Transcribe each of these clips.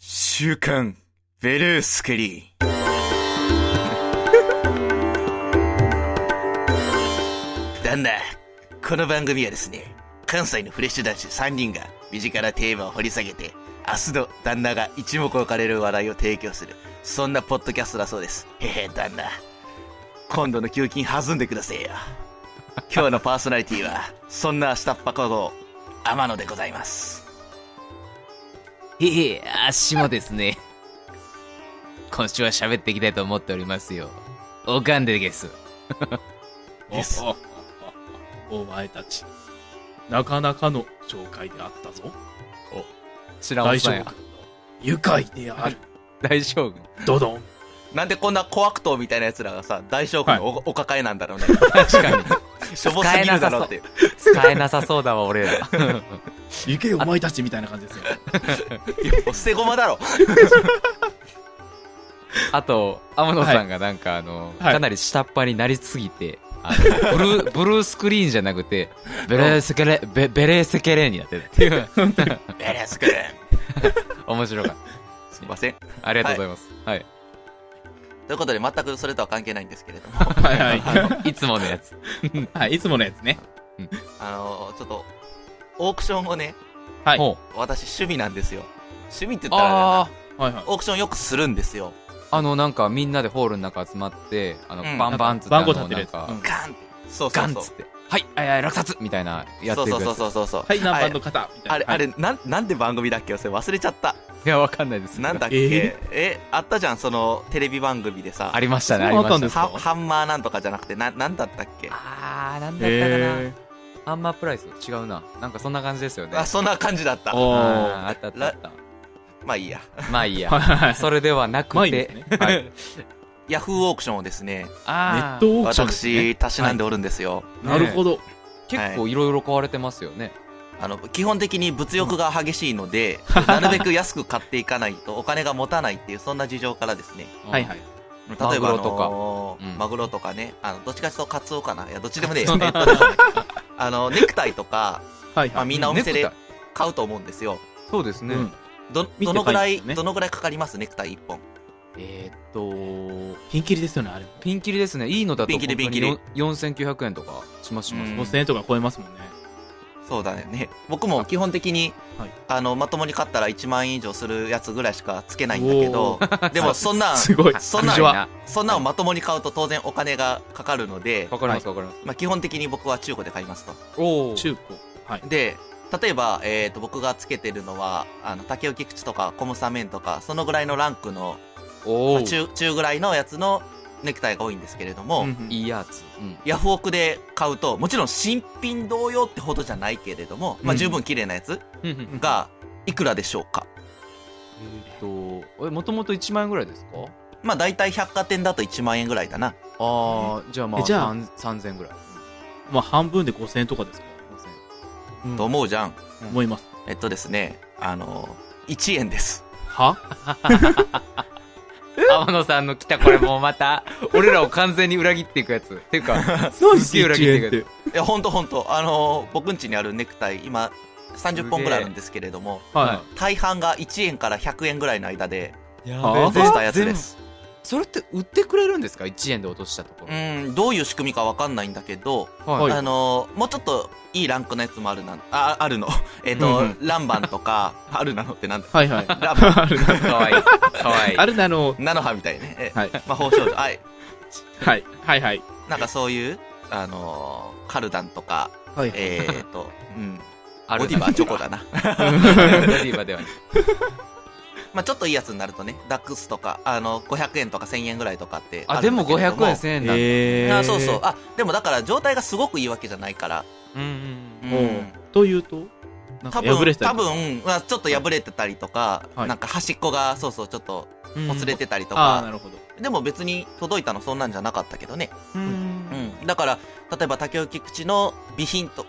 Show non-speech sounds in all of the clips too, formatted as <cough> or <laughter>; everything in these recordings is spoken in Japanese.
週刊ベルースクリーン。旦那、この番組はですね、関西のフレッシュ男子3人が身近なテーマを掘り下げて、明日の旦那が一目置かれる話題を提供する、そんなポッドキャストだそうです。へへ、旦那。今度の給金弾んでくださいよ。今日のパーソナリティは、そんな下っ端小僧、天野でございます。いえ、あっしもですね。今週は喋っていきたいと思っておりますよ。おかんでです。です <laughs> お前たち、なかなかの紹介であったぞ。知らんお大っさん将軍やの。愉快である。大将軍。ドドン。なんでこんな小悪党みたいな奴らがさ、大将軍のお,、抱えなんだろうね。確かに。しょぼすぎるだろうっていう。使えなさそうだわ、俺ら。行けよ、お前たちみたいな感じですよ。いやもう捨て駒だろ。 <laughs> あと、天野さんがなんかあの、はいかなり下っ端になりすぎて、あのブルー、ブ <laughs> ルースクリーンじゃなくて、ベレーセケレ、ベベレーセケレーになってる <laughs> っていう、ベレス君。面白かっすいません。た。ありがとうございます。はい。ということで、全くそれとは関係ないんですけれども、はいはいあのいつものやつ。はい。いつものやつね。あのちょっと、オークションをね、はいも私趣味なんですよ。趣味ってう言ったらああれだはいはいな、。オークションよくするんですよ。あ、あの、なんかみんなでホールの中集まって、あの、うんバンバンっつって、番号あ立っのてるなんやつ。か、うんガンって。そうそガうンっそうつっ。て、はい、あいや、落札みたいな、やっそていうくやそうつ。そうそうそう。はい、何あ番れの、方みたいな。あれ、はいあれ、なん、なんで番組だっけそれ忘れちゃった。いや、わかんないです。なんだっけええあったじゃん、その、テレビ番組でさあ。りましたね、あそりんなまのしあったんたで。すかハハンマーなんとかじゃなくて、な、なんだったっけあー、なんだったかな。へハンマープライス違うな。なんかそんな感じですよね。あ、そんな感じだったー。。おあーあー。ったあったあった。まあいいや。まあいいや。はい。それではなまあくいいでてすね。はい。ヤフーオークションをですね、ネあーットオークションですね。私、たしなんでおるんですよ。なるほど。結構いろいろ買われてますよね。あの、基本的に物欲が激しいので、なるべく安く買っていかないとお金が持たないっていう、そんな事情からですね。はいはい。例えば、マグロとかあのーうんマグロとかね、あの、どっちかというとカツオかな。いや、どっちでもねえカツオえっとですね <laughs> あの、ネクタイとかはいまあはい。みんなお店でネクタイ買うと思うんですよ。そうですねう。んど、見どてのぐら買いい、ますよねどのぐらいかかりますネクタイ1本。えーっと、ピンキリですよね、あれも。ピンキリですね。いいのだとピンキ本当リにピンキリよん4900円とかしますしまうすん。 5000円とか超えますもんね。そうだよね。僕も基本的に、はいあの、まともに買ったら1万円以上するやつぐらいしかつけないんだけどお、 <laughs> で <laughs> もそんなん、すごい。そんビなジんュはア、そんなのまともに買うと当然お金がかかるので、わかりますわかります。まあ、基本的に僕は中古で買いますと。おー。中古。はい。で、例えば、えっ、と、僕がつけてるのは、あの、竹尾菊池とか、コムサメンとか、そのぐらいのランクの、おまあー。中、中ぐらいのやつのネクタイが多いんですけれども、うんうんいいやつ。うん。ヤフオクで買うと、もちろん新品同様ってほどじゃないけれども、まうあ、ん十分綺麗なやつうんうんが、いくらでしょうか。えーっと、え、もともと1万円ぐらいですかまあ、大体百貨店だと1万円ぐらいだな。あー、じゃあまあ、えじゃあ3 3000円ぐらい。まあ半分で5000円とかですかと思うじゃん。思います。えっとですね、あの、1円です。は天野さんの来たこれもうまた、 <laughs> 俺らを完全に裏切っていくやつ。っていうか、す何っげえ裏切っていくやつ。いて。や、ほんとほんと。あのー僕ん家にあるネクタイ、今、30本ぐらいあるんですけれども、は大半が1円から100円ぐらいの間で、い。やべえ落ちたやつで。す。それって売ってくれるんですか ?1 円で落としたとこうん、どういう仕組みかわかんないんだけど、ろ。はい。あのーもうちょっといいランクのやつもあるな、あ、あるの。 <laughs> えっと、うランバンとか、あるなのってなん <laughs> だい。はいはい。ランバン、あるな。かわいい。かわいい。あるなの。菜の葉みたいね。えはい。魔法少女。はい。はい。はいはい。なんかそういう、あのーカルダンとか、はいえーっと、うん、あボディバーチ <laughs> ョコだな。 <laughs> ボディバではない。まあちょっといいやつになるとね、ダックスとか、あの、500円とか1000円ぐらいとかってあ、でも500 500円、1000円だ。えあそうそう。。あ、でもだから状態がすごくいいわけじゃないから。うんうんう。うん。おうんというと多なんか破分、れてた多り分、まあちょっと破れてたりとか、はいなんか端っこが、そうそう、ちょっと、うんもつれてたりとああ、なか、るほど。でも別に届いたのそんなんじゃなかったけどね。う。うんん。だから、例えば竹内菊池の備品と、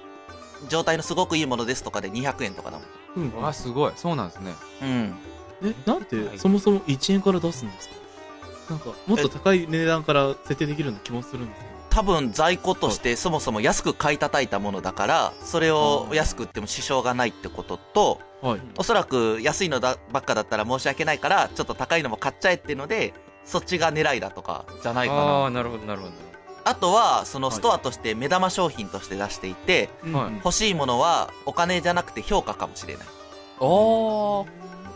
状態のすごくいいものですとかで200円とかだもん。うんわ、すごい。そうなんですね。うん。え、なんはいでそもそも1円から出すんですかなんか、もっと高い値段から設定できるような気もするんですけど。多分在庫としてそもそも安く買い叩いたものだから、それを安く売っても支障がないってことと、はい。おそらく安いのだばっかだったら申し訳ないから、ちょっと高いのも買っちゃえっていうので、そっちが狙いだとか、じゃないかな。あああ、なるほど、なるほど。とは、そのはいストアとして目玉商品として出していて、はいうん欲しいものはお金じゃなくて評価かもしれない。おー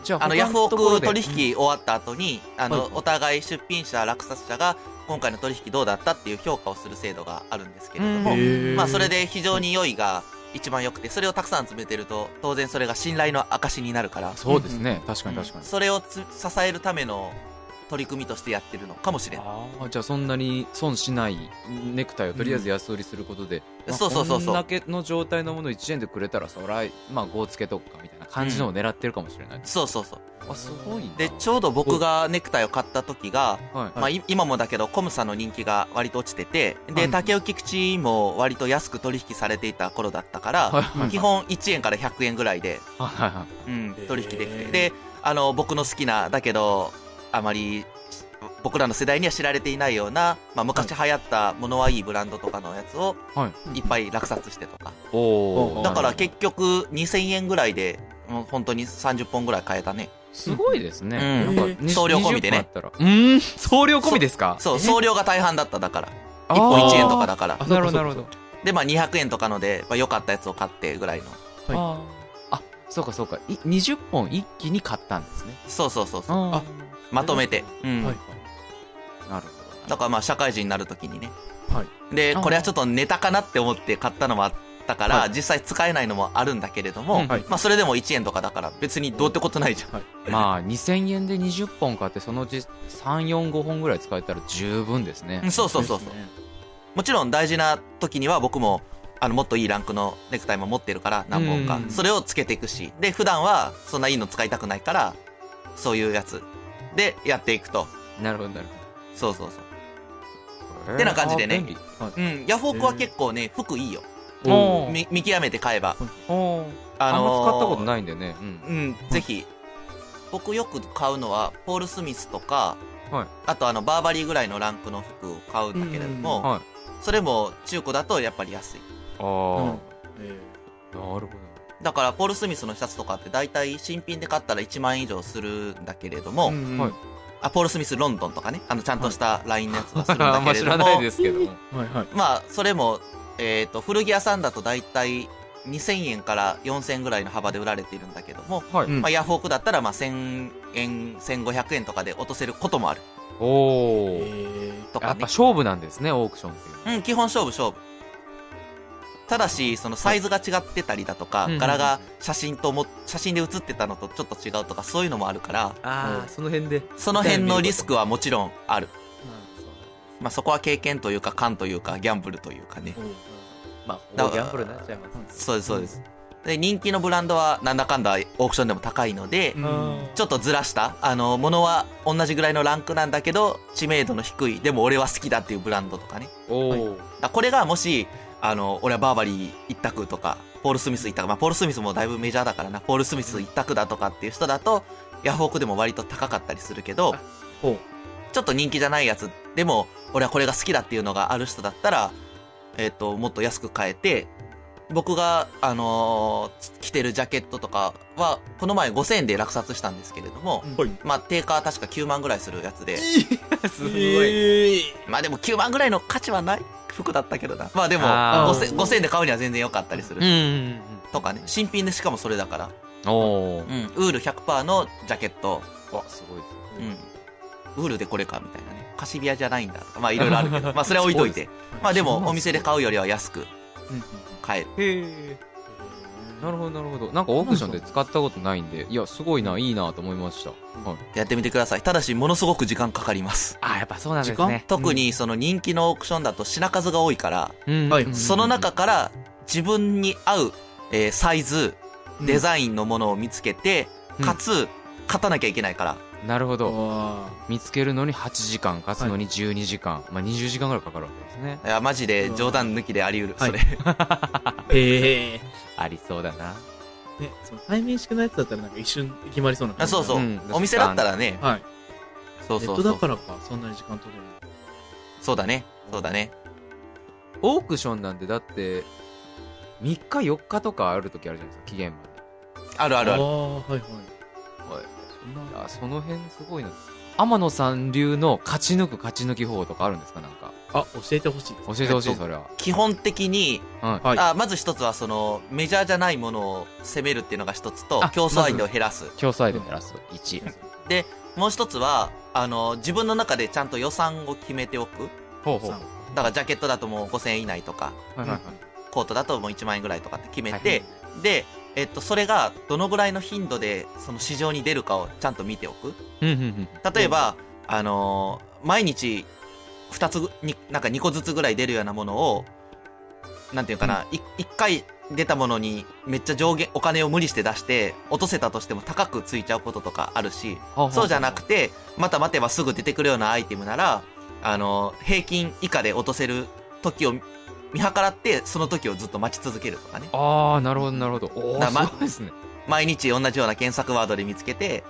じゃあ、あの、ヤフオ他のところクで取引終わった後に、あはのい、お互い出品者、落札者が、今回の取引どうだったっていう評価をする制度があるんですけれどうんもへ、ーまあ、それで非常に良いが一番良くて、それをたくさん集めてると、当然それが信頼の証になるから、そうですね、確かに確かに。それをつ支えるための取り組みとしてやってるのかもしれない。あじゃあそんなに損しないネクタイをとりあえず安売りすることで、うんそうそうそうそうこんだけの状態のもの1円でくれたらそらまあ5つけとくかみたいな感じのを狙ってるかもしれない、そうそうそう。あすごいなで、ちょうど僕がネクタイを買った時が、はい、まあい今もだけど、コムさんの人気が割と落ちてて、はで、い竹内口も割と安く取引されていた頃だったから、はいはい基本1円から100円ぐらいで、はいはうんへー、取引できて。で、あの、僕の好きな、だけど、あまり、僕らの世代には知られていないような、まあ、昔流行ったものはいいブランドとかのやつをいはいいっぱい落札してとか。おおだから結局2000円ぐらいで、もう本当に30本ぐらい買えたね。すごいですね、うんなんか送料込みでね20分あったらうん送料込みですかそう、送料が大半だっただから。あ1ー本1円とかだからあ。なるほどなるほどで、まあ200円とかので、まあ良かったやつを買ってぐらいの。はいあーあそうかそうかい20本一気に買ったんですねそうそうそうそう。あまとめて。うん。はい。ーなるほどだからまあ社会人になるときにね。はい。で、あーこれはちょっとネタかなって思って買ったのもあったから、はい実際使えないのもあるんだけれども、うんはいまあそれでも1円とかだから別にどうってことないじゃん。まあ2000円で20本買ってそのうち345本ぐらい使えたら十分ですうねん、 <laughs> そうそうそうそう。ですねもちろん大事な時には僕も、あの、もっといいランクのネクタイも持ってるから、何本かう。んそれをつけていくし。で、普段は、そんないいの使いたくないから、そういうやつ。で、やっていくと。なるほどなるそうそうそほどてな感じでねあー便利う。うん、ヤフオクは結構ね、服いいよ。おーみ見極めて買えば。おーああんまのー使ったことないんでねうんうん、ぜひ。僕よく買うのは、ポール・スミスとか、はいあとあの、バーバリーぐらいのランクの服を買うんだけれどうんも、はいそれも中古だとやっぱり安い。あーえなるほだから、ポール・スミスのシャツとかって大体新品で買ったら1万円以上するんだけれども、ーうんはいあ、ポール・スミスロンドンとかね、あの、ちゃんとしたラインのやつがするんど <laughs> あだんまけれ知ども、らないですけどもはいはい。まあ、それも、えっ、と、古着屋さんだと大体2000円から4000円ぐらいの幅で売られているんだけども、はいまあ、ヤフオクだったら、まあ、1000円、1500円とかで落とせることもある。おえおーとやかっぱね。勝負なんですねオークションっていうのはうん、基本勝負勝負。ただし、そのサイズが違ってたりだとか、はい柄が写真とも、写真で写ってたのとちょっと違うとか、そういうのもあるから、あーその辺でその辺のリスクはもちろんある。なまあ、そこは経験というか、勘というか、ギャンブルというかね。るほどうんまだあからギャンブルになっちゃいますそうです、そうです。で、人気のブランドは、なんだかんだオークションでも高いので、うんちょっとずらした、あの、ものは同じぐらいのランクなんだけど、知名度の低い、でも俺は好きだっていうブランドとかね。おはいおあこれがもし、あの、俺はバーバリー一択とか、ポール・スミス一択、まあ、ポール・スミスもだいぶメジャーだからな、ポール・スミス一択だとかっていう人だと、ヤフオクでも割と高かったりするけどあ、ほちょっと人気じゃないやつでも、俺はこれが好きだっていうのがある人だったら、えっ、と、もっと安く買えて、僕が、あのー着てるジャケットとかは、この前5000円で落札したんですけれども、う。はいまあ、定価は確か9万ぐらいするやつで、 <laughs> すえごいーまあでも9万ぐらいの価値はない服だったけどな。まあでも、あー5000 5000円で買うには全然良かったりすうんうる。んうんとかね、新品でしかもそれだから、おおうん、ウール100%のジャケット、わすごいですねうん、ウールでこれかみたいなね、カシビアじゃないんだとか、まあいろいろあるけど、まあそれは置いといて、まあでもお店で買うよりは安くうんうん買える。へえうんなるほどなるほどなんかオークションで使ったことないんでいやすごいないいなと思いました、はい、やってみてください。ただし、ものすごく時間かかります。あやっぱそうなんですね特にその人気のオークションだと品数が多いから、うんはいうんその中から自分に合う、えーサイズ、うんデザインのものを見つけて、うんかつ、勝たなきゃいけないから。なるほどわ見つけるのに8時間勝つのに12時間、まあ20時間ぐらいかかるわけですねいや、マジで冗談抜きであり得る、はいそれ。 <laughs> ーへえ。ありそうだなね、その対面式のやつだったらなんか一瞬決まりそうなあ感じ。そうそう、うんお店だったらね、はい。そうネそッうトそだう。からか、そんなに時間取れるの。そうだね。そうだね。オークションなんでだって3日4日とかある時あるじゃないですか期限まであるあるあある。あ、はいはい。はいそんいな。やその辺すごいな天野さん流の勝ち抜く勝ち抜き方とかあるんですかなんかあ、教えてほしいです。教えてほしえっいとそれは基本的に、はいはい。あまず一つはその、メジャーじゃないものを攻めるっていうのが一つとあ、競争相手を減らす。競争相手を減らす1もう一つは、あの、自分の中でちゃんと予算を決めておく。ほうさんだからジャケットだともう5000円以内とか、はいはいはいコートだともう1万円ぐらいとかって決めはいて、で、えっと、それがどのぐらいの頻度でその市場に出るかをちゃんと見ておく。うんうんうん例えば、あのー毎日2つぐになんか2個ずつぐらい出るようなものをなんていうかな、い一1回出たものにめっちゃ上限お金を無理して出して落とせたとしても高くついちゃうこととかあるしそうじゃなくててまた待てばすぐ出てくるようなアイテムなら、あのー平均以下で落とせる時を見計らってその時をずっと待ち続けるとかねああなるほどなるほどおおなすまごいですね毎日同じような検索ワードで見つけて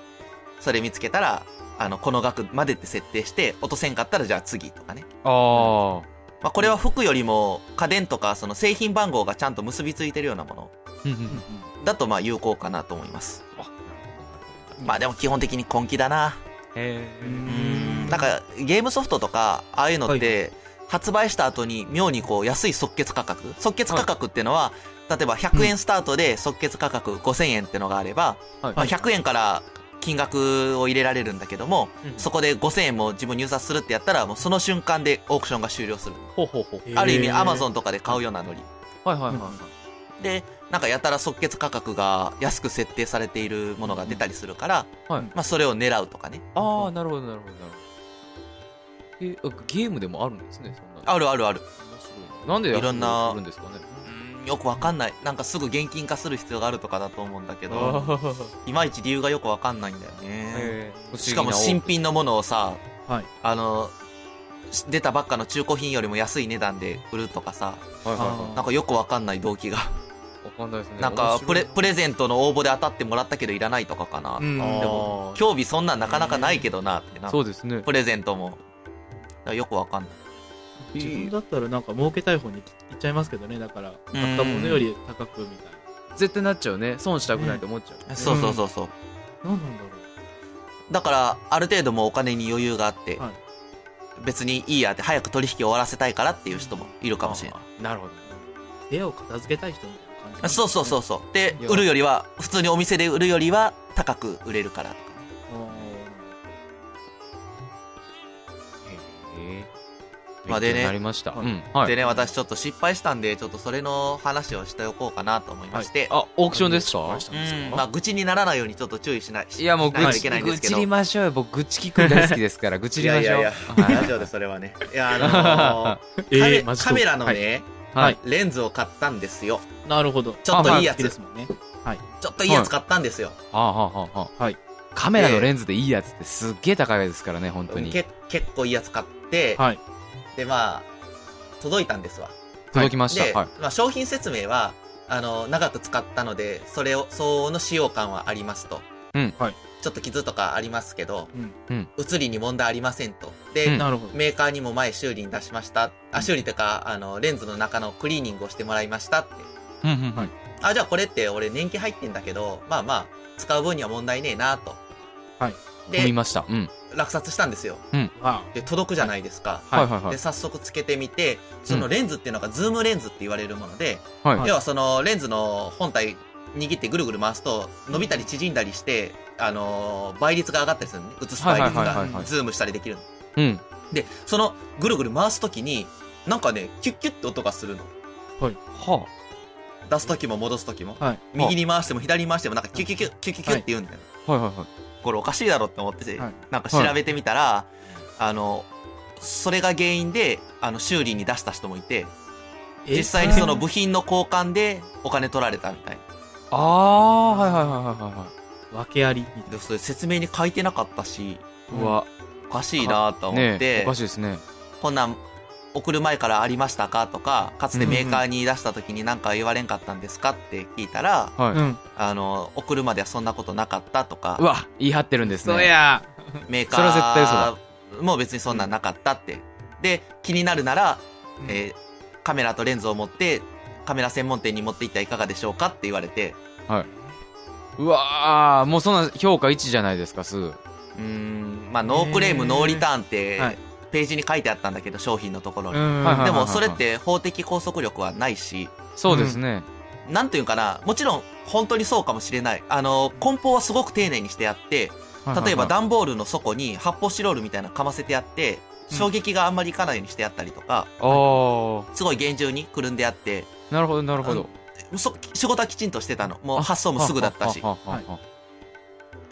それ見つけたらあのこの額までって設定して落とせんかったらじゃあ次とかねあまあ、これは服よりも家電とかその製品番号がちゃんと結びついてるようなものあうんうんううんうんんだとまあ有効かなと思いますあなるほどなるほどまあでも基本的に根気だなへうえんなんかゲームソフトとかああいうのって発売した後に妙にこう安い即決価格即決価格っていうのは例えば100円スタートで即決価格5000円ってのがあればはいまあ100円から金額を入れられるんだけどもそこで5000円も自分入札するってやったらもうその瞬間でオークションが終了するほうほうほうへーある意味 Amazon とかで買うようなノリはいはいはいはで、なんかやたら即決価格が安く設定されているものが出たりするから、いはいまあそれを狙うとかね。ああなるほどなるほどなるほどえあゲームでもあるんですねそんなのあるあるある。面白いなんでやいろんなるんですかねうーんよくわかんない。なんかすぐ現金化する必要があるとかだと思うんだけど、あいまいち理由がよくわかんないんだよね。あしかも新品のものをさ、はいあの、し出たばっかの中古品よりも安い値段で売るとかさ、はいはいはなんかよくわかんない動機が。いわかんないですねなんかプレ、プレンゼントの応募で当たってもらったけどいらないとかかな。うんでも、興味そんなんなかなかないけどなってな。そうですねプレゼントも。だからよくわかんない。自分だったらなんか儲けたい方に行っちゃいますけどね。だから、買ったものより高くみたい絶対なっちゃうね損したくないと思っちゃうそうそうそうそう。な。なんなんだろだから、ある程度もうお金に余裕があって、はい別にいいやって、早く取引終わらせたいからっていう人もいるかもしれない。いなるほどう。部屋を片付けたい人みたいな感じかな。そうそうそうそう。でい、や売るよりは、普通にお店で売るよりは、高く売れるからとかね。あへえまあでね勉強になりましたはういんはいでね、私ちょっと失敗したんで、ちょっとそれの話をしておこうかなと思いまして、あオークションです失か敗したうん、まあ、愚痴にならないようにちょっと注意しない、しいやもうし愚ないとい痴けないんで愚すけ痴ど。りましょうよ僕愚痴聞くの大好きですから愚痴りましょういやいやはいラジオでそれはね。いや、 <laughs> あのーカメーえーマジカメラのね、ははいいレンズを買ったんですよ。なるほど。ちょっといいや好きでつす。もんね。ちょっといいやつ買ったんですよ。はあはあはあはあはいカメラのレンズでいいやつってすっげえ高いですからね本当にけ結構いいやつ買って、はい。でまあ届いたんですわ届きましで、たはいまあ、商品説明はあの長く使ったのでそれを相応の使用感はありますと、うんはいちょっと傷とかありますけど、うんうん写りに問題ありませんとで、うんなるほど。メーカーにも前修理に出しましたあ修理というかあのレンズの中のクリーニングをしてもらいましたってうんうんうんはいあじゃあこれって俺年季入ってんだけどまあまあ使う分には問題ねえなとはい込みでましたうん落札したんですよわで届くじゃないですか、はいはいはでい早速つけてみてそのレンズっていうのがズームレンズって言われるもので、はい要はそのレンズの本体握ってぐるぐる回すと伸びたり縮んだりして、あのー倍率が上がったりするのね映す倍率はいはいはいはいはがいズームしたりできるのうんでそのぐるぐる回す時になんかねキュッキュッって音がするのは出す時も戻す時もお。はい。右に回しても左に回してもなんかキュッキュッキュッキュッキュッキュッって言うんだよ、あはいはいはいこれおかしいだろって思ってて、はいなんか調べてみたら、あのそれが原因であの修理に出した人もいて実際にその部品の交換でお金取られたみたいああはいはいはいはいは訳ありみたいでそれ説明に書いてなかったしいはおかしいなとうわ思っねて、えおかしいですねこんなん送る前からありましたかとかかつてメーカーに出した時に何か言われんかったんですかって聞いたら、はいな。うん。あの送るまではそんなことなかったとうかわ言い張ってるんですねや。メーそれは絶対嘘カーも別にそんなんなかったって、で気になるなら、うんえーカメラとレンズを持ってカメラ専門店に持っていったらいかがでしょうかって言われてうわー、もうそんな評価1じゃないですか、すぐ。うーん、まあ、ノークレーム、へーノーリターンってはい、ページに書いてあったんだけど、商品のところに。んはいはいでも、それって法的拘束力はないし、そうですね。なんていうんかな、もちろん、本当にそうかもしれない。あの、梱包はすごく丁寧にしてあって、例えばだ段ボールの底に発泡スチロールみたいなのかませてあって、うん衝撃があんまりいかないようにしてあったりとか、あー、すごい厳重にくるんであって、なるほど、なるほど。そ仕事はきちんとしてたの。もう発送もすぐだったし。はははは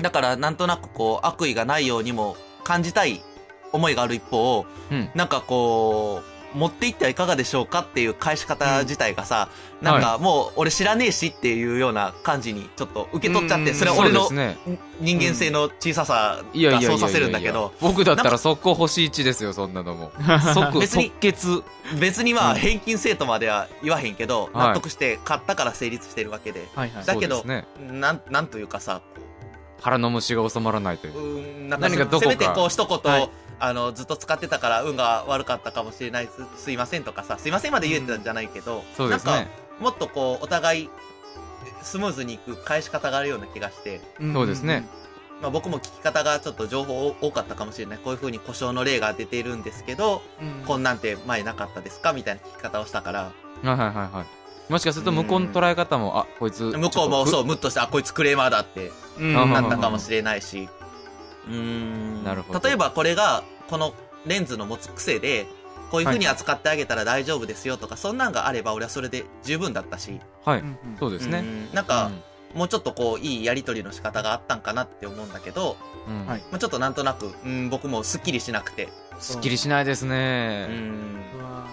だからなんとなくこう悪意がないようにも感じたい思いがある一方、うんなんかこう、持っていってはいかがでしょうかっていう返し方自体がさ、なんかもう俺知らねえしっていうような感じにちょっと受け取っちゃって、うんそれはそう俺でのすね。人間性の小ささいやいがやいやそいうさやせるんだいけやど、僕だっなたんから速攻星1ですよ、そんなのも。は即、別に即決。別にまあ返金生徒までは言わへんけど、はい納得して買ったから成立してるわけで、いはい。だけどそうですねなん、なんというかさ、腹の虫が収まらないというう。んなんか何かどこかせめてこう一言、はいあのずっと使ってたから運が悪かったかもしれないすすいませんとかさすいませんまで言えてたんじゃないけど、そうですなんねか。もっとこうお互いスムーズにいく返し方があるような気がして、んそうですね。まあ、僕も聞き方がちょっと情報多かったかもしれないこういうふうに故障の例が出てるんですけど、うんこんなんて前なかったですかみたいな聞き方をしたからはいはいはいはい。もしかすると向こうの捉え方も、あ、こいつ。向こうもちょそっうムッとしてあこいつクレーマーだってうんあはなはったかもしれないし、うーんなるほど例えばこれがこのレンズの持つ癖でこういう風に扱ってあげたら大丈夫ですよとか、そんなんがあれば俺はそれで十分だったし、とはいうん。うんそうですね。うんなんかもうちょっとこういいやり取りの仕方があったんかなって思うんだけど、うん。うんはいまあ、ちょっとなんとなく、うん、僕もすっきりしなくて、すっきりしないですうね。んうわ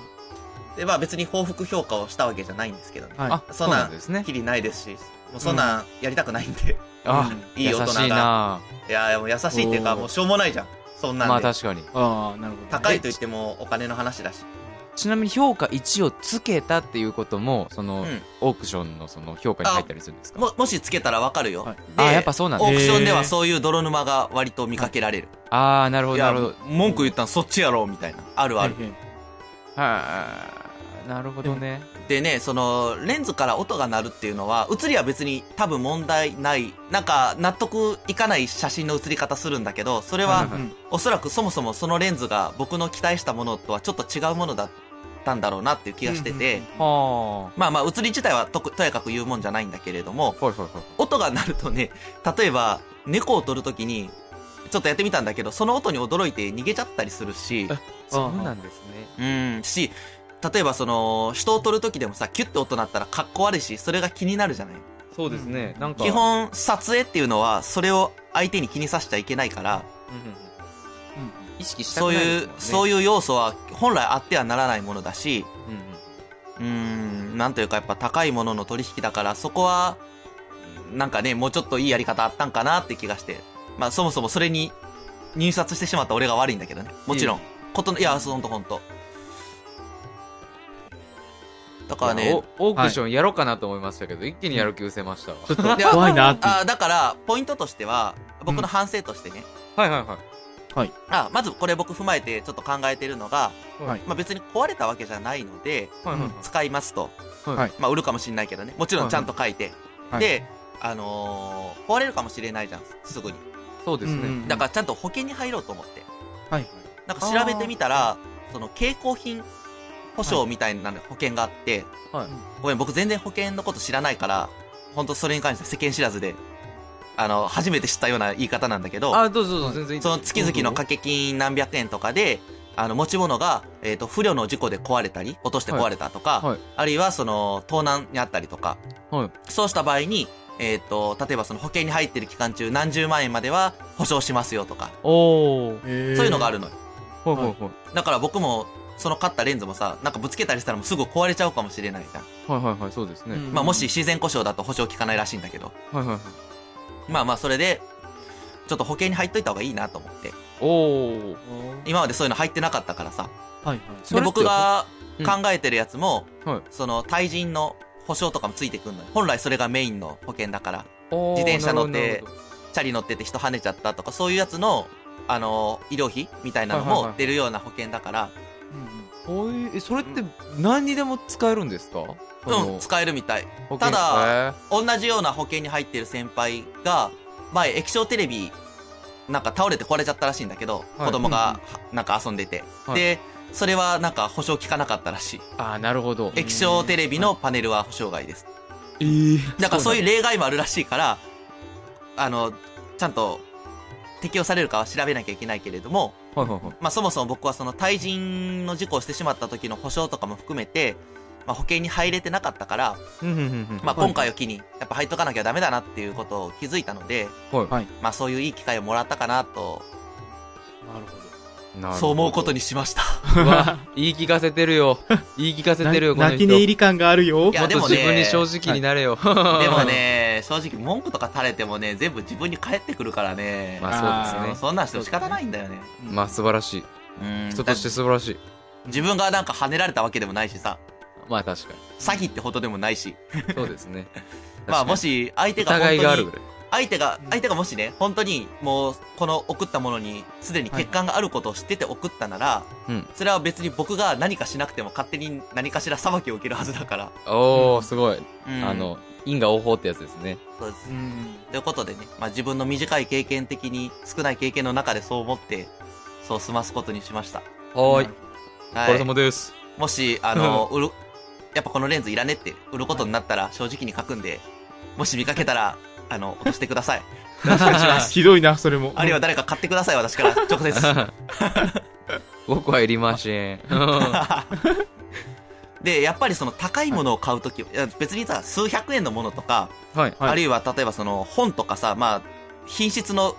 でまあ、別に報復評価をしたわけじゃないんですけどね、ーはい。あ、そうなんですすっねき。りないですしもうそんなんやりたくないんで、あ、いい優大人しいがないやいやもう優しいっていうかおーもうしょうもないじゃんそんなんで、まあ確かに。ああ、なるほどね。高いと言ってもお金の話だしちなみに評価1をつけたっていうことも、その、うんオークションのその評価に入ったりするんですかももしつけたらわかるよ、はいであ、やっぱそうなんオだー。クションでへはーそういう泥沼が割と見かけられる、あー、なるほいど、やなるほど。文句言ったんそっちやろみたいなあるあはいる、はいはあ、なるほどね。でねそのレンズから音が鳴るっていうのは写りは別に多分問題ないなんか納得いかない写真の写り方するんだけどそれははいはいうんおそらくそもそもそのレンズが僕の期待したものとはちょっと違うものだったんだろうなっていう気がしてて、うんうんうんはまあまあ写り自体はとくとやかく言うもんじゃないんだけれどもあ。はいはいはい。音が鳴るとね、例えば、猫を撮るときに、ちょっとやってみたんだけど、その音に驚いて逃げちゃったりするし、そうなんですね。うん、し、例えばその、人を撮るときでもさ、キュッて音鳴ったらかっこ悪いし、それが気になるじゃないそうですねなんか基、本、撮影っていうのは、それを相手に気にさせちゃいけないから、うん意識したそういう、そういう、いう要素は本来あってはならないものだし、うん、なんというかやっぱ高いものの取引だから、そこは、なんかね、もうちょっといいやり方あったんかなって気がして。まあそもそもそれに入札してしまった俺が悪いんだけどね。もちろん。ことの、いや、そうほんとほんと。だからね、オークションやろうかなと思いましたけど、一気にやる気失せましたわ。ちょっと怖いなっていう。あだから、ポイントとしては、僕の反省としてね、はいはいはい。あまずこれ僕踏まえてちょっと考えてるのが、はいまあ別に壊れたわけじゃないので、はいはい使いますと、はいはいまあ売るかもしれないけどねもちろんちゃんと書いて、はいであのー壊れるかもしれないじゃんすぐにそうですうんうね。んだからちゃんと保険に入ろうと思ってはいはい。なんか調べてみたらその携行品保証みたいな保険があって、はいごめん僕全然保険のこと知らないから本当それに関しては世間知らずであの初めて知ったような言い方なんだけどあ、どうぞどうぞ、全然いいですその月々の掛け金何百円とかで、あの、持ち物が、えっ、と、不慮の事故で壊れたり、落として壊れたとか、はいはいあるいはその、盗難にあったりとか、はいそうした場合に、えっ、と、例えばその保険に入ってる期間中何十万円までは保証しますよとか、おー。そうそういうのがある。るのよ。ほいほいほい。だから僕も、その買ったレンズもさ、なんかぶつけたりしたらもうすぐ壊れちゃうかもしれないじゃん。はいはいはい、そうですね。まあもし、自然故障だと保証効かないらしいんだけど、はいはいはい。まあまあそれで、ちょっと保険に入っといた方がいいなと思って、おー。はい今までそういうの入ってなかったからさ、はい。それでって僕が考えてるやつも、うんはいその対人の保証とかもついてくんのよ本来それがメインの保険だからおー自転車乗ってなるほどなるほどチャリ乗ってて人跳ねちゃったとかそういうやつのあの医療費みたいなのはいはいもはい出るような保険だから、うんうんこういうえそれって何にでも使えるんですかうん、使えるみたい。うんただ同じような保険に入ってる先輩が、前、液晶テレビ、なんか倒れて壊れちゃったらしいんだけど、はい子供が、なんか遊んでて。はいで、それはなんか保証効かなかったらしい。ああなるほど液晶テレビのパネルは保証外です。えーなんかそういうう例外もあるらしいから、あの、ちゃんと適用されるかは調べなきゃいけないけれども、はいはいはいまあそもそも僕はその対人の事故をしてしまった時の保証とかも含めて、まあ保険に入れてなかったから、うんうんうんうんまあはい今回を機にやっぱ入っとかなきゃダメだなっていうことを気づいたので、はいはいまあそういういい機会をもらったかなと、なるほど。なるほどそう思うことにしま <laughs> した。うわ言い聞かせてる <laughs> よ言い聞かせてるよこの人泣き寝入り感があるよ。いやでももっねと自分に正直になれよ、でもね、正直文句とか垂れてもね、全部自分に返ってくるからね。まあそうですねそんなんしても仕方ないんだよね。まあ素晴らしいうん人として素晴らしい自分がなんか跳ねられたわけでもないしさ、まあ確か詐欺ってほどでもないし、にそうです <laughs> ねまあもしし相手が本当疑に、いがあるぐらい相手がうん、相手がもしね、本当にもうこの送ったものにすでに欠陥があることを知ってて送ったなら、うんそれは別に僕が何かしなくても勝手に何かしら裁きを受けるはずだから。おおすごい、うんあ、の因果応報ってやつですねそうですう。ん。ということでね、まあ自分の短い経験的に少ない経験の中でそう思って、そう済ますことにしました。はーいなはお疲るれい。様ですもし、あの、売る、やっぱこのレンズいらねって売ることになったら正直に書くんで、もし見かけたら、あの、落としてください。ほどひどいな、それも。あるいは誰か買ってください、私から。直 <laughs> 接。 <laughs> 僕はいりませ <laughs> んで、やっぱりその高いものを買うとき、いや別にさ、数百円のものとか、はいはいあるいは例えばその本とかさ、まあ、品質の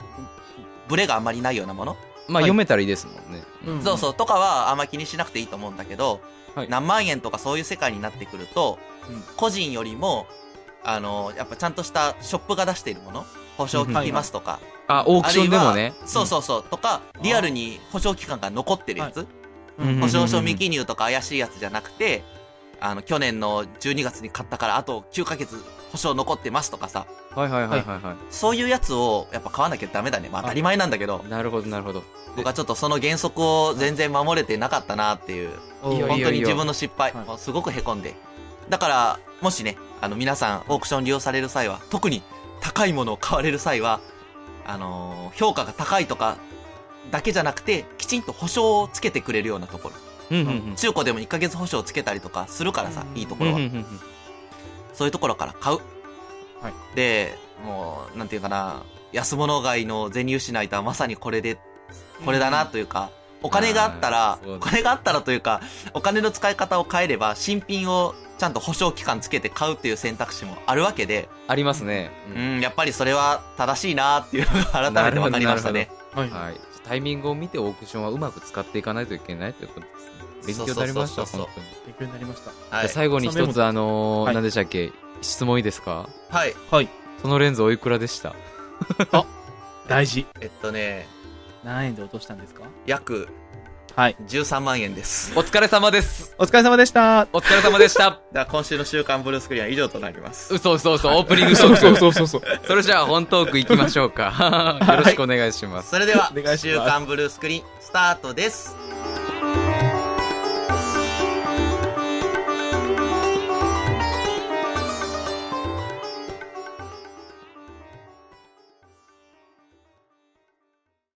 ブレがあんまりないようなもの、まあ読めたらいいですもんね、うんそうそう、とかはあんま気にしなくていいと思うんだけど、はい何万円とかそういう世界になってくると、うん個人よりも、あの、やっぱちゃんとしたショップが出しているもの、保証聞きますとか、あオークションでもあるいねはそうそうそう、とか、リアルに保証期間が残ってるやつ、ううんん保証書未記入とか怪しいやつじゃなくて、あの、去年の12月に買ったから、あと9ヶ月保証残ってますとかさ、はいはいはいはいはそういうやつをやっぱ買わなきゃダメだね。まあ当たり前なんだけどい、なるほどなるほど僕はちょっとその原則を全然守れてなかったなっていう、おーいいよい本い当よに自分の失敗、はいもうすごくへこんで。だから、もしね、あの皆さんオークション利用される際は、特に高いものを買われる際は、あのー評価が高いとか、だけじゃなくて、きちんと保証をつけてくれるようなところ。うんうん中古でも1ヶ月保証つけたりとかするからさう、んいいとこうんろうんうは。んうんそういうところから買う。はいで、もう、なんていうかな、安物買いの銭失いとはまさにこれで、これだなというか、お金があったらあー、そうだお金があったらというか、お金の使い方を変えれば、新品をちゃんと保証期間つけて買うっていう選択肢もあるわけで、ありますね、うんうん、やっぱりそれは正しいなっていうのが改めて分かりましたね。はい。はい、タイミングを見てオークションはうまく使っていかないといけないということですね。勉強になりまそうした、そうそうそう本当に。じ勉強になりました。はゃあい。最後にその一メつ、あのーはい何でしたっけ、質問いいですかはい。はい。そのレンズおいくらでした大事。えっとね、何円で落としたんですか約はい。 13万円です。お疲れ様ですお疲れ様でした。お疲れ様でした <laughs> だから今週の週刊ブルースクリーンは以上となります。嘘嘘嘘、オープニングソンそうグ。そうそうそう。 <laughs> それじゃあ本トーク行き <laughs> ましょうか。よろしくお願いします。それではお願いしま、す週刊ブルースクリーン、スタートです。